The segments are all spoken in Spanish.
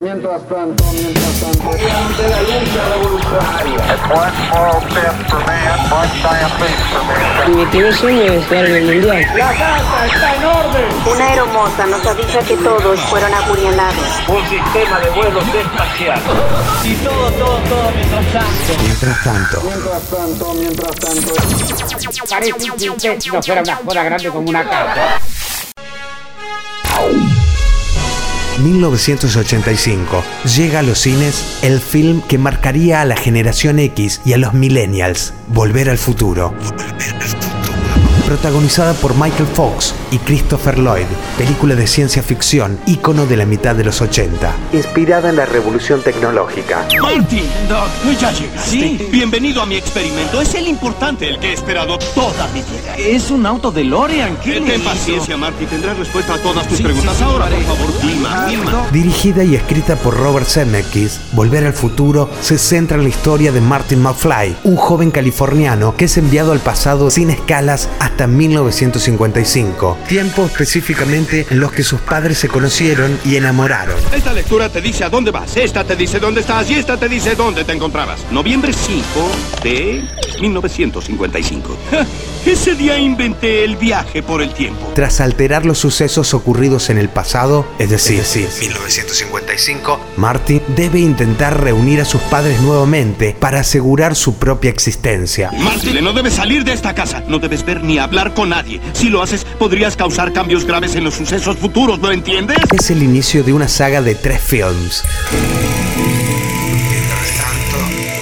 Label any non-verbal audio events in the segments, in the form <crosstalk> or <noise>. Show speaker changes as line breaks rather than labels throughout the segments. Mientras tanto, mientras tanto, ante la lucha revolucionaria.
Mi primer sueño es jugar en el mundial.
La casa está en orden.
Una aeromoza nos avisa que todos fueron apuñalados.
Un sistema de vuelos espacial.
Mientras tanto,
Mientras tanto, mientras tanto.
no fuera una joda grande como una casa.
1985, llega a los cines el film que marcaría a la generación X y a los millennials, Volver al futuro. Protagonizada por Michael Fox y Christopher Lloyd, película de ciencia ficción, ícono de la mitad de los 80, inspirada en la revolución tecnológica.
Marty, Doc, ya llegaste. Sí, bienvenido a mi experimento. Es el importante, el que he esperado toda mi vida.
Es un auto de Lorean, ¿qué le
Ten
hizo?
paciencia, Marty. Tendrás respuesta a todas tus
Sí,
preguntas.
sí, sí,
Ahora,
lo
por
haré.
favor, Dima, Dima.
Dirigida y escrita por Robert Zemeckis, Volver al futuro se centra en la historia de Martin McFly, un joven californiano que es enviado al pasado sin escalas hasta 1955, tiempo específicamente en los que sus padres se conocieron y enamoraron.
Esta lectura te dice a dónde vas, esta te dice dónde estás y esta te dice dónde te encontrabas. Noviembre 5 de
<laughs>
1955. Ja, Ese día inventé el viaje por el tiempo.
Tras alterar los sucesos ocurridos en el pasado, es decir, 1955, Marty debe intentar reunir a sus padres nuevamente para asegurar su propia existencia.
Marty, no debes salir de esta casa. No debes ver ni hablar con nadie. Si lo haces, podrías causar cambios graves en los sucesos futuros, ¿lo entiendes?
es el inicio de una saga de tres films.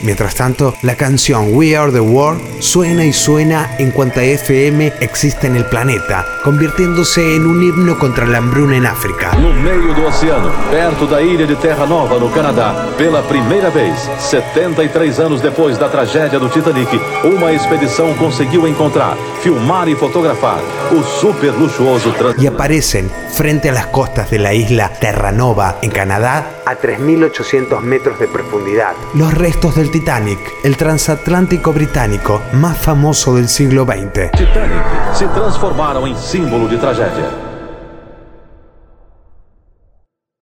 Mientras tanto, la canción We Are the World suena y suena en cuanta FM existe en el planeta, convirtiéndose en un himno contra la hambruna en África.
No meio do oceano, perto da ilha de Terra Nova, no Canadá, pela primeira vez, 73 anos depois da tragédia do Titanic, uma expedição conseguiu encontrar, filmar e fotografar o super luxuoso trans...
Y aparecen frente a las costas de la isla Terranova, en Canadá, a 3.800 metros de profundidad, los restos del Titanic, el transatlántico británico más famoso del siglo XX.
Titanic se transformaram em símbolo de tragédia.